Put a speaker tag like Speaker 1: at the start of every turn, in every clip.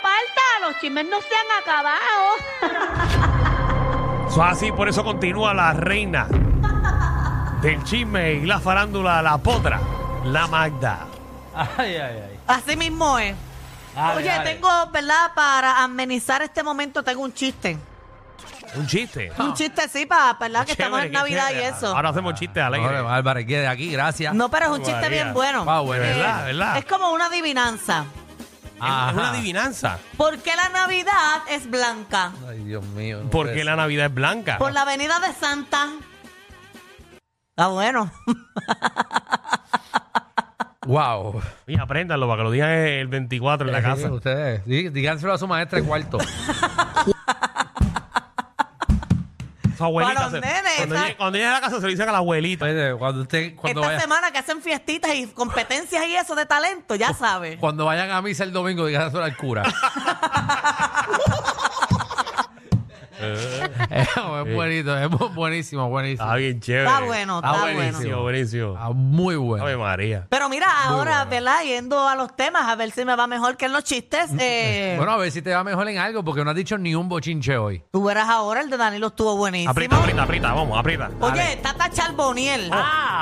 Speaker 1: falta, los chismes no se han acabado.
Speaker 2: Eso es así, por eso continúa la reina del chisme y la farándula, la potra, la Magda.
Speaker 3: Ay, ay, ay.
Speaker 4: Así mismo es.
Speaker 3: Dale,
Speaker 4: Oye,
Speaker 3: dale.
Speaker 4: tengo, ¿verdad? Para amenizar este momento, tengo un chiste.
Speaker 2: Un chiste.
Speaker 3: Ah.
Speaker 4: Un chiste, sí, para, ¿verdad? Ah, Que
Speaker 2: Chévere,
Speaker 4: estamos en
Speaker 2: qué
Speaker 4: Navidad y
Speaker 2: chévere.
Speaker 4: eso.
Speaker 2: Ahora hacemos chistes
Speaker 3: Jorge
Speaker 2: alegres.
Speaker 3: Álvarez, quede aquí, gracias.
Speaker 4: No, eh, pero es un chiste
Speaker 2: María.
Speaker 4: bien bueno.
Speaker 3: Wow, bueno.
Speaker 2: ¿Verdad? ¿Verdad?
Speaker 4: Es como una adivinanza.
Speaker 2: Es
Speaker 4: eh,
Speaker 2: una
Speaker 3: Ajá.
Speaker 2: adivinanza.
Speaker 4: ¿Por qué la Navidad es blanca?
Speaker 3: Ay, Dios mío. no
Speaker 2: Porque
Speaker 3: puede
Speaker 2: la Navidad es blanca.
Speaker 4: Por la avenida de Santa. Ah, bueno.
Speaker 3: ser. Wow.
Speaker 2: Y apréndanlo para que lo digan el 24 en la casa.
Speaker 3: Sí, ustedes, dí- díganselo a su maestra de cuarto.
Speaker 2: Su abuelita.
Speaker 4: Para los
Speaker 2: se-
Speaker 4: nenes,
Speaker 2: cuando,
Speaker 4: esa-
Speaker 2: llegue, cuando llegue a la casa se lo dicen a la abuelita.
Speaker 3: Oye, cuando usted, cuando
Speaker 4: Esta
Speaker 3: vaya-
Speaker 4: semana que hacen fiestitas y competencias y eso de talento, ya sabes.
Speaker 3: cuando vayan a misa el domingo, díganselo al cura. es muy bonito, es muy buenísimo, buenísimo.
Speaker 2: Está Ah, bien chévere.
Speaker 4: Está bueno,
Speaker 3: Ah,
Speaker 4: está
Speaker 3: buenísimo.
Speaker 4: bueno.
Speaker 2: Buenísimo, buenísimo.
Speaker 3: Ah, muy
Speaker 2: Ave
Speaker 3: bueno.
Speaker 2: María.
Speaker 4: Pero mira, ahora, ¿verdad? Yendo a los temas, a ver si me va mejor que en los chistes. eh,
Speaker 3: Mm, Bueno, a ver si te va mejor en algo, porque no has dicho ni un bochinche hoy.
Speaker 4: Tú verás ahora, el de Danilo estuvo buenísimo.
Speaker 2: Aprieta, aprieta, aprieta. Vamos, aprieta.
Speaker 4: Oye, Ah. Tata
Speaker 2: Oh.
Speaker 4: Charboniel.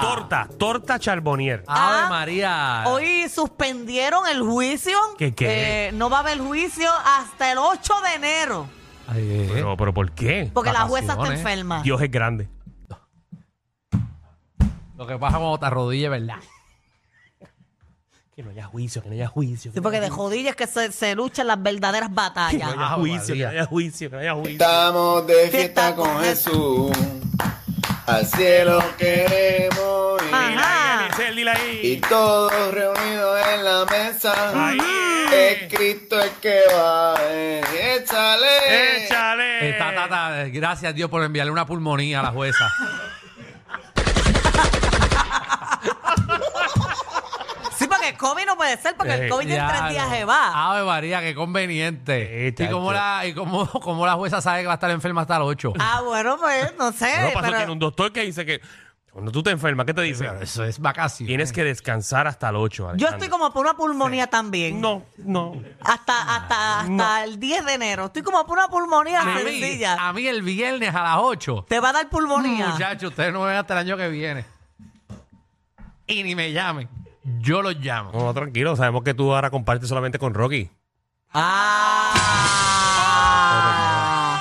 Speaker 2: Torta, torta charbonier.
Speaker 3: Ave
Speaker 4: Ah.
Speaker 3: María.
Speaker 4: Hoy suspendieron el juicio.
Speaker 2: ¿Qué, qué?
Speaker 4: Eh, no va a haber juicio hasta el 8 de enero.
Speaker 3: Ay, eh.
Speaker 2: Pero, pero ¿por qué?
Speaker 4: Porque la jueza está
Speaker 3: Vacaciones.
Speaker 4: enferma.
Speaker 2: Dios es grande.
Speaker 3: Lo que pasa cuando te arrodilles, ¿verdad?
Speaker 2: Que no haya juicio, que no haya juicio.
Speaker 4: Sí, porque de jodillas que se, se luchan las verdaderas
Speaker 2: Que
Speaker 4: batallas.
Speaker 2: no haya
Speaker 3: Ah,
Speaker 2: juicio, que
Speaker 3: María.
Speaker 2: no haya juicio, que no haya juicio.
Speaker 5: Estamos de fiesta con Jesús. Al cielo queremos ir.
Speaker 4: Ajá.
Speaker 2: Eliezer, dile
Speaker 5: Y
Speaker 2: ahí.
Speaker 5: todos reunidos en la mesa.
Speaker 2: Ahí.
Speaker 5: Es Cristo el que va. eh. Échale.
Speaker 2: Échale.
Speaker 3: Eh, ta, ta, ta, eh, gracias a Dios por enviarle una pulmonía a la jueza.
Speaker 4: Sí, porque el COVID no puede ser, porque
Speaker 2: Eh, Ah.
Speaker 4: el COVID en
Speaker 3: Ya,
Speaker 4: tres días
Speaker 3: no.
Speaker 4: se va.
Speaker 3: Ave María, qué conveniente.
Speaker 2: Eh,
Speaker 3: y
Speaker 2: chacho.
Speaker 3: cómo la, y cómo, cómo la jueza sabe que va a estar enferma hasta las 8.
Speaker 4: Ah, bueno, pues, no sé.
Speaker 2: No pasó
Speaker 4: pero-
Speaker 2: tiene un doctor que dice que cuando tú te enfermas, ¿qué te dice?
Speaker 3: Pero eso es vacaciones.
Speaker 2: Tienes que descansar hasta el 8.
Speaker 4: Yo estoy como por una pulmonía también.
Speaker 2: No, no.
Speaker 4: Hasta, hasta, hasta el 10 de enero. Estoy como por una pulmonía
Speaker 3: a mí,
Speaker 4: sencilla.
Speaker 3: a mí el viernes a las 8.
Speaker 4: Te va a dar pulmonía.
Speaker 3: Muchachos, ustedes no me ven hasta el año que viene. Y ni me llamen. Yo los llamo.
Speaker 2: No, tranquilo, sabemos que tú ahora compartes solamente con Rocky.
Speaker 4: Ah.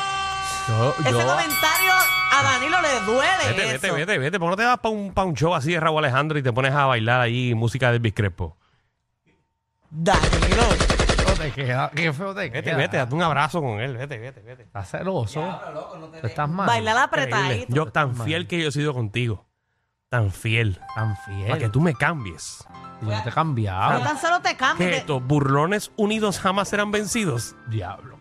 Speaker 3: Yo,
Speaker 4: Ese comentario a Danilo le duele.
Speaker 2: Vete,
Speaker 4: eso.
Speaker 2: vete, vete, vete. ¿Por qué no te vas para un, pa' un show así de Raúl Alejandro y te pones a bailar ahí música del Biscrepo?
Speaker 4: Danilo.
Speaker 3: yo te queda, qué feo te
Speaker 2: Vete,
Speaker 3: queda.
Speaker 2: vete, date un abrazo con él. Vete, vete, vete.
Speaker 3: Estás celoso. Tú estás mal.
Speaker 4: Bailar
Speaker 2: Increíble.
Speaker 4: apretadito.
Speaker 2: Yo tan fiel que yo he sido contigo. Tan fiel.
Speaker 3: Tan
Speaker 2: Para que
Speaker 3: fiel.
Speaker 2: tú me cambies.
Speaker 3: Yo no te he
Speaker 4: No
Speaker 3: cambiado.
Speaker 4: tan solo te
Speaker 2: ¿Qué es
Speaker 4: cambies. de-
Speaker 2: esto? ¿Burlones unidos jamás serán vencidos?
Speaker 3: Diablo.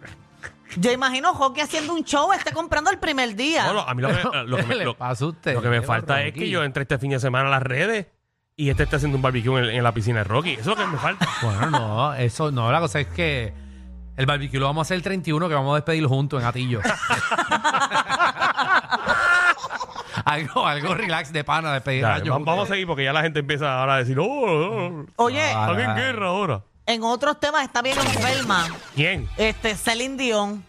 Speaker 4: Yo imagino Jockey haciendo un show, esté comprando el primer día.
Speaker 2: No, no, a mí lo que, lo que
Speaker 3: ¿Qué
Speaker 2: me,
Speaker 3: le
Speaker 2: lo-
Speaker 3: pasa a usted?
Speaker 2: lo que me
Speaker 3: Lleva
Speaker 2: falta es
Speaker 3: Rocky.
Speaker 2: que yo entre este fin de semana a las redes y este está haciendo un barbecue en, en la piscina de Rocky. Eso es lo que me falta.
Speaker 3: Bueno, no, eso no. La cosa es que el barbecue lo vamos a hacer el 31, que vamos a despedir juntos en Atillo. algo, algo relax de pana, despedir
Speaker 2: Ya,
Speaker 3: al año.
Speaker 2: vamos, vamos a seguir porque ya la gente empieza ahora a decir, oh, oh,
Speaker 4: Oye,
Speaker 3: Ah.
Speaker 2: están en guerra ahora.
Speaker 4: en otros temas está bien enferma.
Speaker 2: ¿Quién?
Speaker 4: Este, Celine Dion.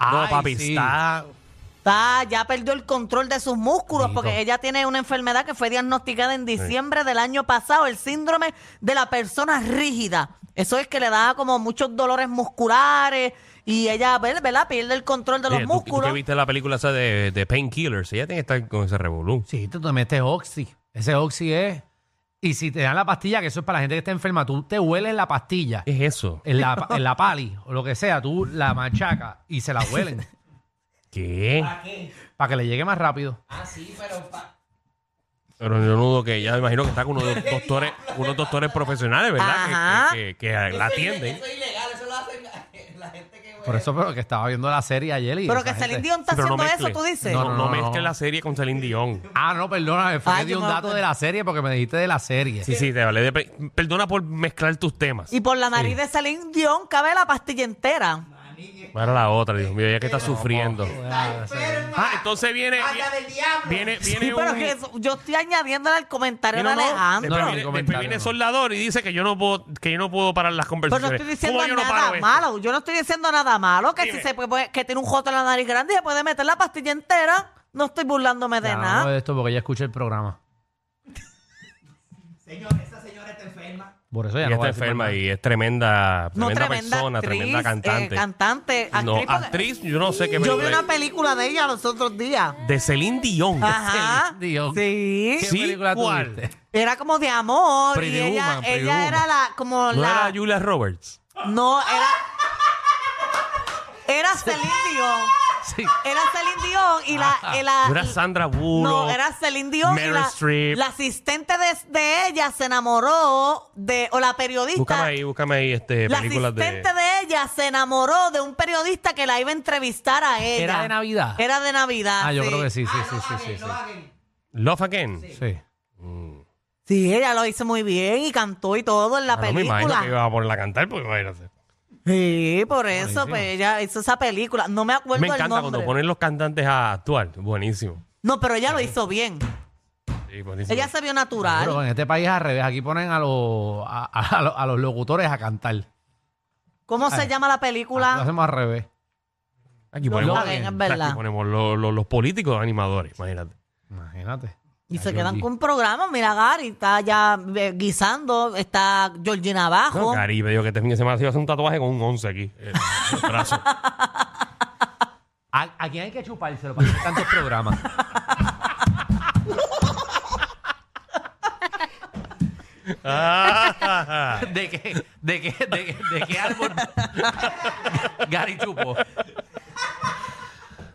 Speaker 2: no,
Speaker 3: Ay,
Speaker 2: papi,
Speaker 3: sí.
Speaker 2: está.
Speaker 4: Está, ya perdió el control de sus músculos
Speaker 3: Bendito.
Speaker 4: porque ella tiene una enfermedad que fue diagnosticada en diciembre del año pasado, el síndrome de la persona rígida. Eso es que le da como muchos dolores musculares Y ella, ¿verdad? ¿verdad? Pierde el control de los
Speaker 2: Oye, ¿tú- ¿tú,
Speaker 4: músculos.
Speaker 2: que viste la película esa de, de Painkillers? Ella tiene que estar con ese revolú.
Speaker 3: Sí, tú te metes Oxy. Ese Oxy es. Y si te dan la pastilla, que eso es para la gente que está enferma, tú te hueles la pastilla,
Speaker 2: ¿Qué es eso?
Speaker 3: en la, en la pali o lo que sea, tú la machacas y se la huelen
Speaker 2: ¿Qué?
Speaker 3: para que le llegue más rápido.
Speaker 2: Pero yo no dudo que ella, me imagino que está con unos doctores, unos doctores profesionales, ¿verdad?
Speaker 4: Ajá.
Speaker 2: Que, que- que- que la atienden.
Speaker 3: Por eso, pero que estaba viendo la serie ayer y.
Speaker 4: Pero que
Speaker 3: esa
Speaker 4: Celine
Speaker 3: gente-
Speaker 4: Dion está
Speaker 2: Pero no
Speaker 4: haciendo eso,
Speaker 2: mezcle.
Speaker 4: tú dices.
Speaker 2: No,
Speaker 3: No, no,
Speaker 2: no
Speaker 3: no,
Speaker 2: mezcle
Speaker 3: no.
Speaker 2: la serie con Celine Dion.
Speaker 3: Ah, no, perdona, fue
Speaker 4: Ay,
Speaker 3: que di
Speaker 4: yo
Speaker 3: un
Speaker 4: me
Speaker 3: dato
Speaker 4: acuerdo.
Speaker 3: de la serie porque me dijiste de la serie.
Speaker 2: Sí, sí, te vale. de pe- Perdona por mezclar tus temas.
Speaker 4: Y por la nariz de Celine Dion cabe la pastilla entera.
Speaker 2: Para la otra, Dios mío, ella que está sufriendo. Ah, entonces viene. Viene, viene
Speaker 4: Sí, pero
Speaker 2: un-
Speaker 4: que eso- yo estoy añadiendo al comentario
Speaker 2: No, no,
Speaker 4: de
Speaker 2: no.
Speaker 4: Alejandro.
Speaker 2: Después,
Speaker 3: No,
Speaker 2: viene,
Speaker 3: no, mi
Speaker 2: después
Speaker 3: comentario
Speaker 2: viene
Speaker 3: no.
Speaker 2: Soldador y dice que yo no puedo, que yo no puedo parar las
Speaker 4: Pero no
Speaker 2: conversaciones.
Speaker 4: estoy diciendo
Speaker 2: ¿Cómo yo no
Speaker 4: nada
Speaker 2: paro esto?
Speaker 4: malo. Yo no estoy diciendo nada malo. Que
Speaker 2: Dime.
Speaker 4: si se puede- pues, que tiene un joto en la nariz grande y se puede meter la pastilla entera. No estoy burlándome de
Speaker 3: Ya, no hablo
Speaker 4: nada.
Speaker 3: de esto porque ella escucha el programa. Señor, esa
Speaker 2: Ella
Speaker 3: señora
Speaker 2: está
Speaker 3: enferma. Por eso ya
Speaker 2: enferma y es tremenda,
Speaker 4: No,
Speaker 2: tremenda,
Speaker 4: tremenda
Speaker 2: persona,
Speaker 4: actriz,
Speaker 2: tremenda
Speaker 4: eh,
Speaker 2: cantante.
Speaker 4: cantante,
Speaker 2: no,
Speaker 4: actriz, porque-
Speaker 2: actriz, yo no sé qué
Speaker 4: Yo vi
Speaker 2: película
Speaker 4: una película de ella los otros días.
Speaker 2: es. De Celine Dion.
Speaker 4: Ajá.
Speaker 3: Celine Dion.
Speaker 4: Sí.
Speaker 3: ¿Qué
Speaker 2: ¿Sí?
Speaker 3: película tú
Speaker 2: ¿Cuál?
Speaker 3: viste?
Speaker 4: Era como de amor.
Speaker 3: Pretty
Speaker 4: y ella,
Speaker 3: Woman, Pretty
Speaker 4: ella era
Speaker 3: Woman.
Speaker 4: la, como
Speaker 2: ¿No
Speaker 4: la.
Speaker 2: era Julia Roberts?
Speaker 4: No, era. Era Celine Dion.
Speaker 3: Sí.
Speaker 4: Era Celine Dion y la. Ah, y la-
Speaker 2: ¿No era Sandra Bullock?
Speaker 4: no, era Celine Dion. y
Speaker 2: Meryl
Speaker 4: la,
Speaker 2: Streep.
Speaker 4: la asistente de, de ella se enamoró de. O la periodista.
Speaker 2: Búscame ahí, búscame ahí este,
Speaker 4: la
Speaker 2: películas de...
Speaker 4: asistente de... ella se enamoró de un periodista que la iba a entrevistar a ella.
Speaker 3: ¿Era de Navidad?
Speaker 4: Era de Navidad.
Speaker 3: Ah, yo creo que
Speaker 4: sí.
Speaker 3: sí, sí, sí, sí, sí, sí.
Speaker 2: Love Again. Mm.
Speaker 3: Sí.
Speaker 4: Sí, ella lo hizo muy bien y cantó y todo en la
Speaker 2: Ah, no me
Speaker 4: película.
Speaker 2: imagino que iba a ponerla a cantar porque imagínate.
Speaker 4: Sí, por eso, pues ella hizo esa película. No me acuerdo
Speaker 2: Me
Speaker 4: el
Speaker 2: encanta
Speaker 4: nombre.
Speaker 2: cuando ponen los cantantes a actuar. Buenísimo.
Speaker 4: No, pero ella lo hizo bien.
Speaker 2: Sí, buenísimo.
Speaker 4: Ella se vio
Speaker 3: Pero
Speaker 4: natural.
Speaker 3: en este país es al revés. Aquí ponen a los, a, a- a los, a los locutores a cantar.
Speaker 4: ¿Cómo se llama la
Speaker 3: Lo
Speaker 4: película?
Speaker 3: hacemos al revés.
Speaker 2: Aquí
Speaker 3: Lo
Speaker 2: ponemos,
Speaker 3: hacen,
Speaker 4: es
Speaker 2: aquí
Speaker 4: verdad.
Speaker 2: ponemos los, los- los políticos animadores, imagínate.
Speaker 3: Imagínate.
Speaker 4: Y
Speaker 3: Ay,
Speaker 4: se quedan
Speaker 3: Ah, Georgie.
Speaker 4: con programas. Mira, Gary está ya eh, guisando. Está Georgina
Speaker 2: No,
Speaker 4: abajo.
Speaker 2: Cari, me dijo que este fin de semana se iba a hacer un tatuaje con un once aquí. eh, en el brazo.
Speaker 3: ¿A, a quién hay que chupárselo para hacer tantos programas?
Speaker 2: Ah,
Speaker 3: ¿De qué, de qué, de qué, de qué árbol? Gary Chupo.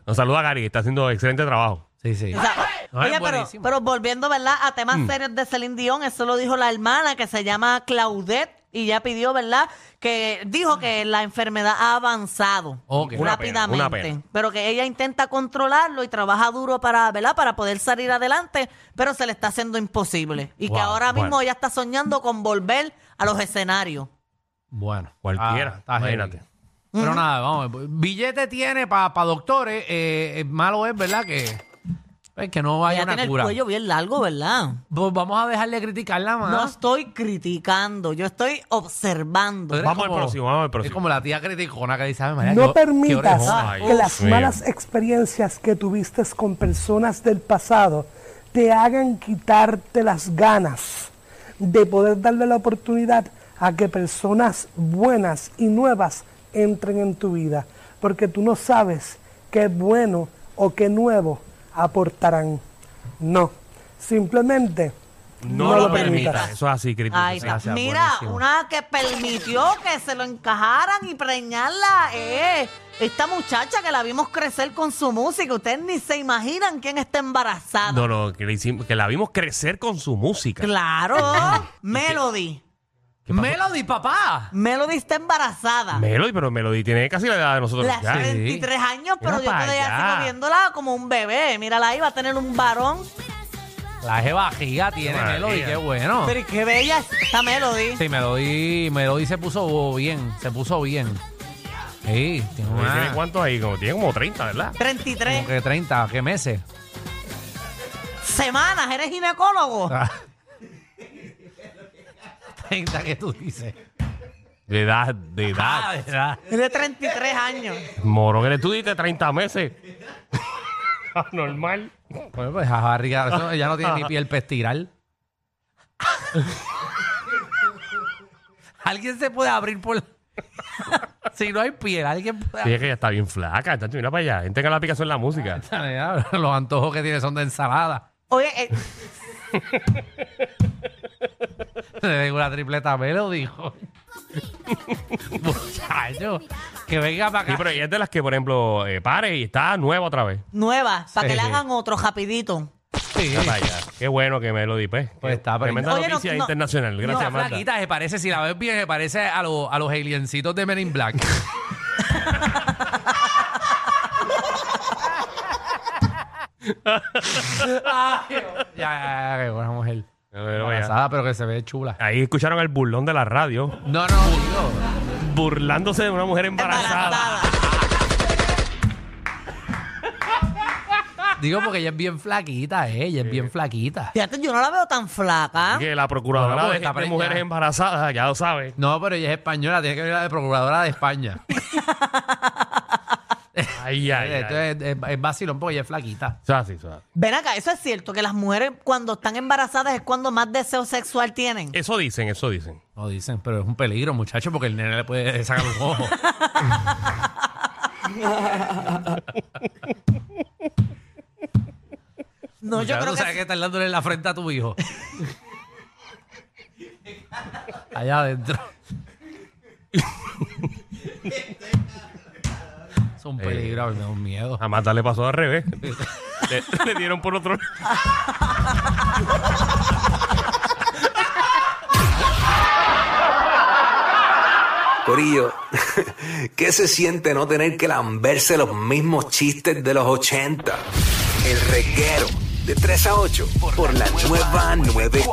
Speaker 2: Nos saluda Gary, que está haciendo excelente trabajo.
Speaker 3: Sí, sí.
Speaker 4: O sea,
Speaker 3: No, es
Speaker 4: oye, pero,
Speaker 3: buenísimo. Mm.
Speaker 4: pero volviendo, ¿verdad? A temas serios de Celine Dion, eso lo dijo la hermana que se llama Claudette y ya pidió, ¿verdad? Que dijo que la enfermedad ha avanzado
Speaker 3: Ok. Oh, Una
Speaker 2: pena,
Speaker 4: rápidamente,
Speaker 2: una pena.
Speaker 4: pero que ella intenta controlarlo y trabaja duro para, ¿verdad? Para poder salir adelante, pero se le está haciendo imposible y que
Speaker 2: Wow,
Speaker 4: ahora mismo
Speaker 2: bueno.
Speaker 4: ella está soñando con volver a los escenarios.
Speaker 3: Bueno.
Speaker 2: Cualquiera,
Speaker 3: ah, está heavy.
Speaker 2: imagínate.
Speaker 3: Pero nada, vamos. Billete tiene para doctores. eh, eh, malo es, ¿verdad? Que, pues, que no vaya
Speaker 4: Ella
Speaker 3: una
Speaker 4: tiene
Speaker 3: cura.
Speaker 4: el cuello bien largo, ¿verdad?
Speaker 3: Pues vamos a dejarle criticarla más.
Speaker 2: ¿Ah?
Speaker 4: No estoy criticando, yo estoy observando.
Speaker 3: Tú eres
Speaker 2: Vamos al próximo, vamos al próximo.
Speaker 3: Es como la tía criticona que dice, "Ay, María,
Speaker 6: No
Speaker 3: qué- qué
Speaker 6: permitas
Speaker 3: orejona".
Speaker 2: Ay,
Speaker 6: que las
Speaker 2: Dios mío.
Speaker 6: malas experiencias que tuviste con personas del pasado te hagan quitarte las ganas de poder darle la oportunidad a que personas buenas y nuevas entren en tu vida, porque tú no sabes qué bueno o qué nuevo aportarán. No, simplemente
Speaker 2: No,
Speaker 6: no
Speaker 2: lo,
Speaker 6: lo
Speaker 2: permitas.
Speaker 6: permitas.
Speaker 2: Eso es así, Cristo.
Speaker 4: Ahí está.
Speaker 3: gracias,
Speaker 4: Mira,
Speaker 3: buenísimo.
Speaker 4: una que permitió que se lo encajaran y preñarla eh, esta muchacha que la vimos crecer con su música. Ustedes ni se imaginan quién está embarazada.
Speaker 2: No, no, que, le hicimos- que la vimos crecer con su música.
Speaker 4: Claro, Melody.
Speaker 3: Melody, papá.
Speaker 4: Melody está embarazada.
Speaker 2: Melody, pero Melody tiene casi la edad de nosotros.
Speaker 4: Las
Speaker 2: ya.
Speaker 4: 33 años, pero
Speaker 2: Mira
Speaker 4: yo
Speaker 2: pa'
Speaker 4: todavía
Speaker 2: allá.
Speaker 4: sigo viéndola como un bebé. Mírala ahí, va a tener un varón.
Speaker 3: La jevajiga tiene
Speaker 2: María.
Speaker 3: Melody, qué
Speaker 2: Ah.
Speaker 3: bueno.
Speaker 4: Pero qué bella está Melody.
Speaker 3: Sí, Melody, Melody se puso bien, se puso bien. Sí, tiene
Speaker 2: Melody
Speaker 3: una-
Speaker 2: ¿Tiene cuántos ahí? Como, tiene como 30, ¿verdad?
Speaker 3: como
Speaker 4: 33
Speaker 3: que 30, ¿qué meses?
Speaker 4: semanas, eres ginecólogo.
Speaker 3: 30 que tú dices.
Speaker 2: De edad, de edad.
Speaker 3: Ah, ¿verdad?
Speaker 4: Es de 33 años.
Speaker 2: Moro, que tú diste 30 meses. Normal.
Speaker 3: Bueno, pues a Harry, eso, ella no tiene ni piel pestiral. ¿Alguien se puede abrir por, la- si no hay piel, alguien puede.
Speaker 2: Sí, es que ella está bien flaca. Chacho, mira para allá. Entrega la aplicación en la música.
Speaker 3: Dale, dale, Los antojos que tiene son de ensalada.
Speaker 4: Oye, eh,
Speaker 3: Le digo una tripleta melody. dijo. Muchacho, que venga para
Speaker 2: Sí,
Speaker 3: acá.
Speaker 2: pero ella es de las que, por ejemplo, eh, pare y está nueva otra vez.
Speaker 4: nueva, para que le
Speaker 3: Sí.
Speaker 4: hagan otro rapidito.
Speaker 3: Sí.
Speaker 2: Mira para allá. Qué bueno que Melody, pues.
Speaker 3: Pues está, pero-
Speaker 2: Tremenda
Speaker 4: Oye, no,
Speaker 2: noticia
Speaker 4: no.
Speaker 2: internacional. Gracias,
Speaker 3: Una
Speaker 2: Marta.
Speaker 3: flaquita se parece, si la ves bien, se parece a, los a los aliencitos de Men in Black. Ay, ya, ya, ya, qué buena mujer.
Speaker 2: Mira, mira para allá.
Speaker 3: Embarazada, pero que se ve chula.
Speaker 2: Ahí escucharon el burlón de la radio,
Speaker 3: No, no, digo.
Speaker 2: burlándose de una mujer embarazada.
Speaker 4: Embarazada.
Speaker 3: Digo porque ella es bien flaquita, eh, ella es bien flaquita.
Speaker 4: Fíjate, yo no la veo tan flaca.
Speaker 2: Que la
Speaker 3: No,
Speaker 2: procuradora
Speaker 3: no,
Speaker 2: de,
Speaker 3: está
Speaker 2: de
Speaker 3: preñada.
Speaker 2: mujeres embarazadas, ya lo sabes.
Speaker 3: No, pero ella es española, tiene que venir la de procuradora de España.
Speaker 2: Ay, ay, ay.
Speaker 3: Esto es, es- es vacilón porque ella es flaquita.
Speaker 2: Eso es así, eso es así.
Speaker 4: Ven acá, eso es cierto, que las mujeres cuando están embarazadas es cuando más deseo sexual
Speaker 3: Eh,
Speaker 4: tienen.
Speaker 2: Eso dicen, eso dicen.
Speaker 3: No dicen, pero es un peligro, muchachos, porque el nene le puede sacar un ojo.
Speaker 4: No, yo
Speaker 3: Ya
Speaker 4: creo
Speaker 3: tú
Speaker 4: que
Speaker 3: sabes que estás dándole en la frente a tu hijo. Allá adentro. es un peligro, me da un miedo.
Speaker 2: A Marta le pasó al revés. le, le dieron por otro lado.
Speaker 7: Corillo, ¿qué se siente no tener que lamberse los mismos chistes de los 80? El reguero de 3 a 8 por la nueva 9.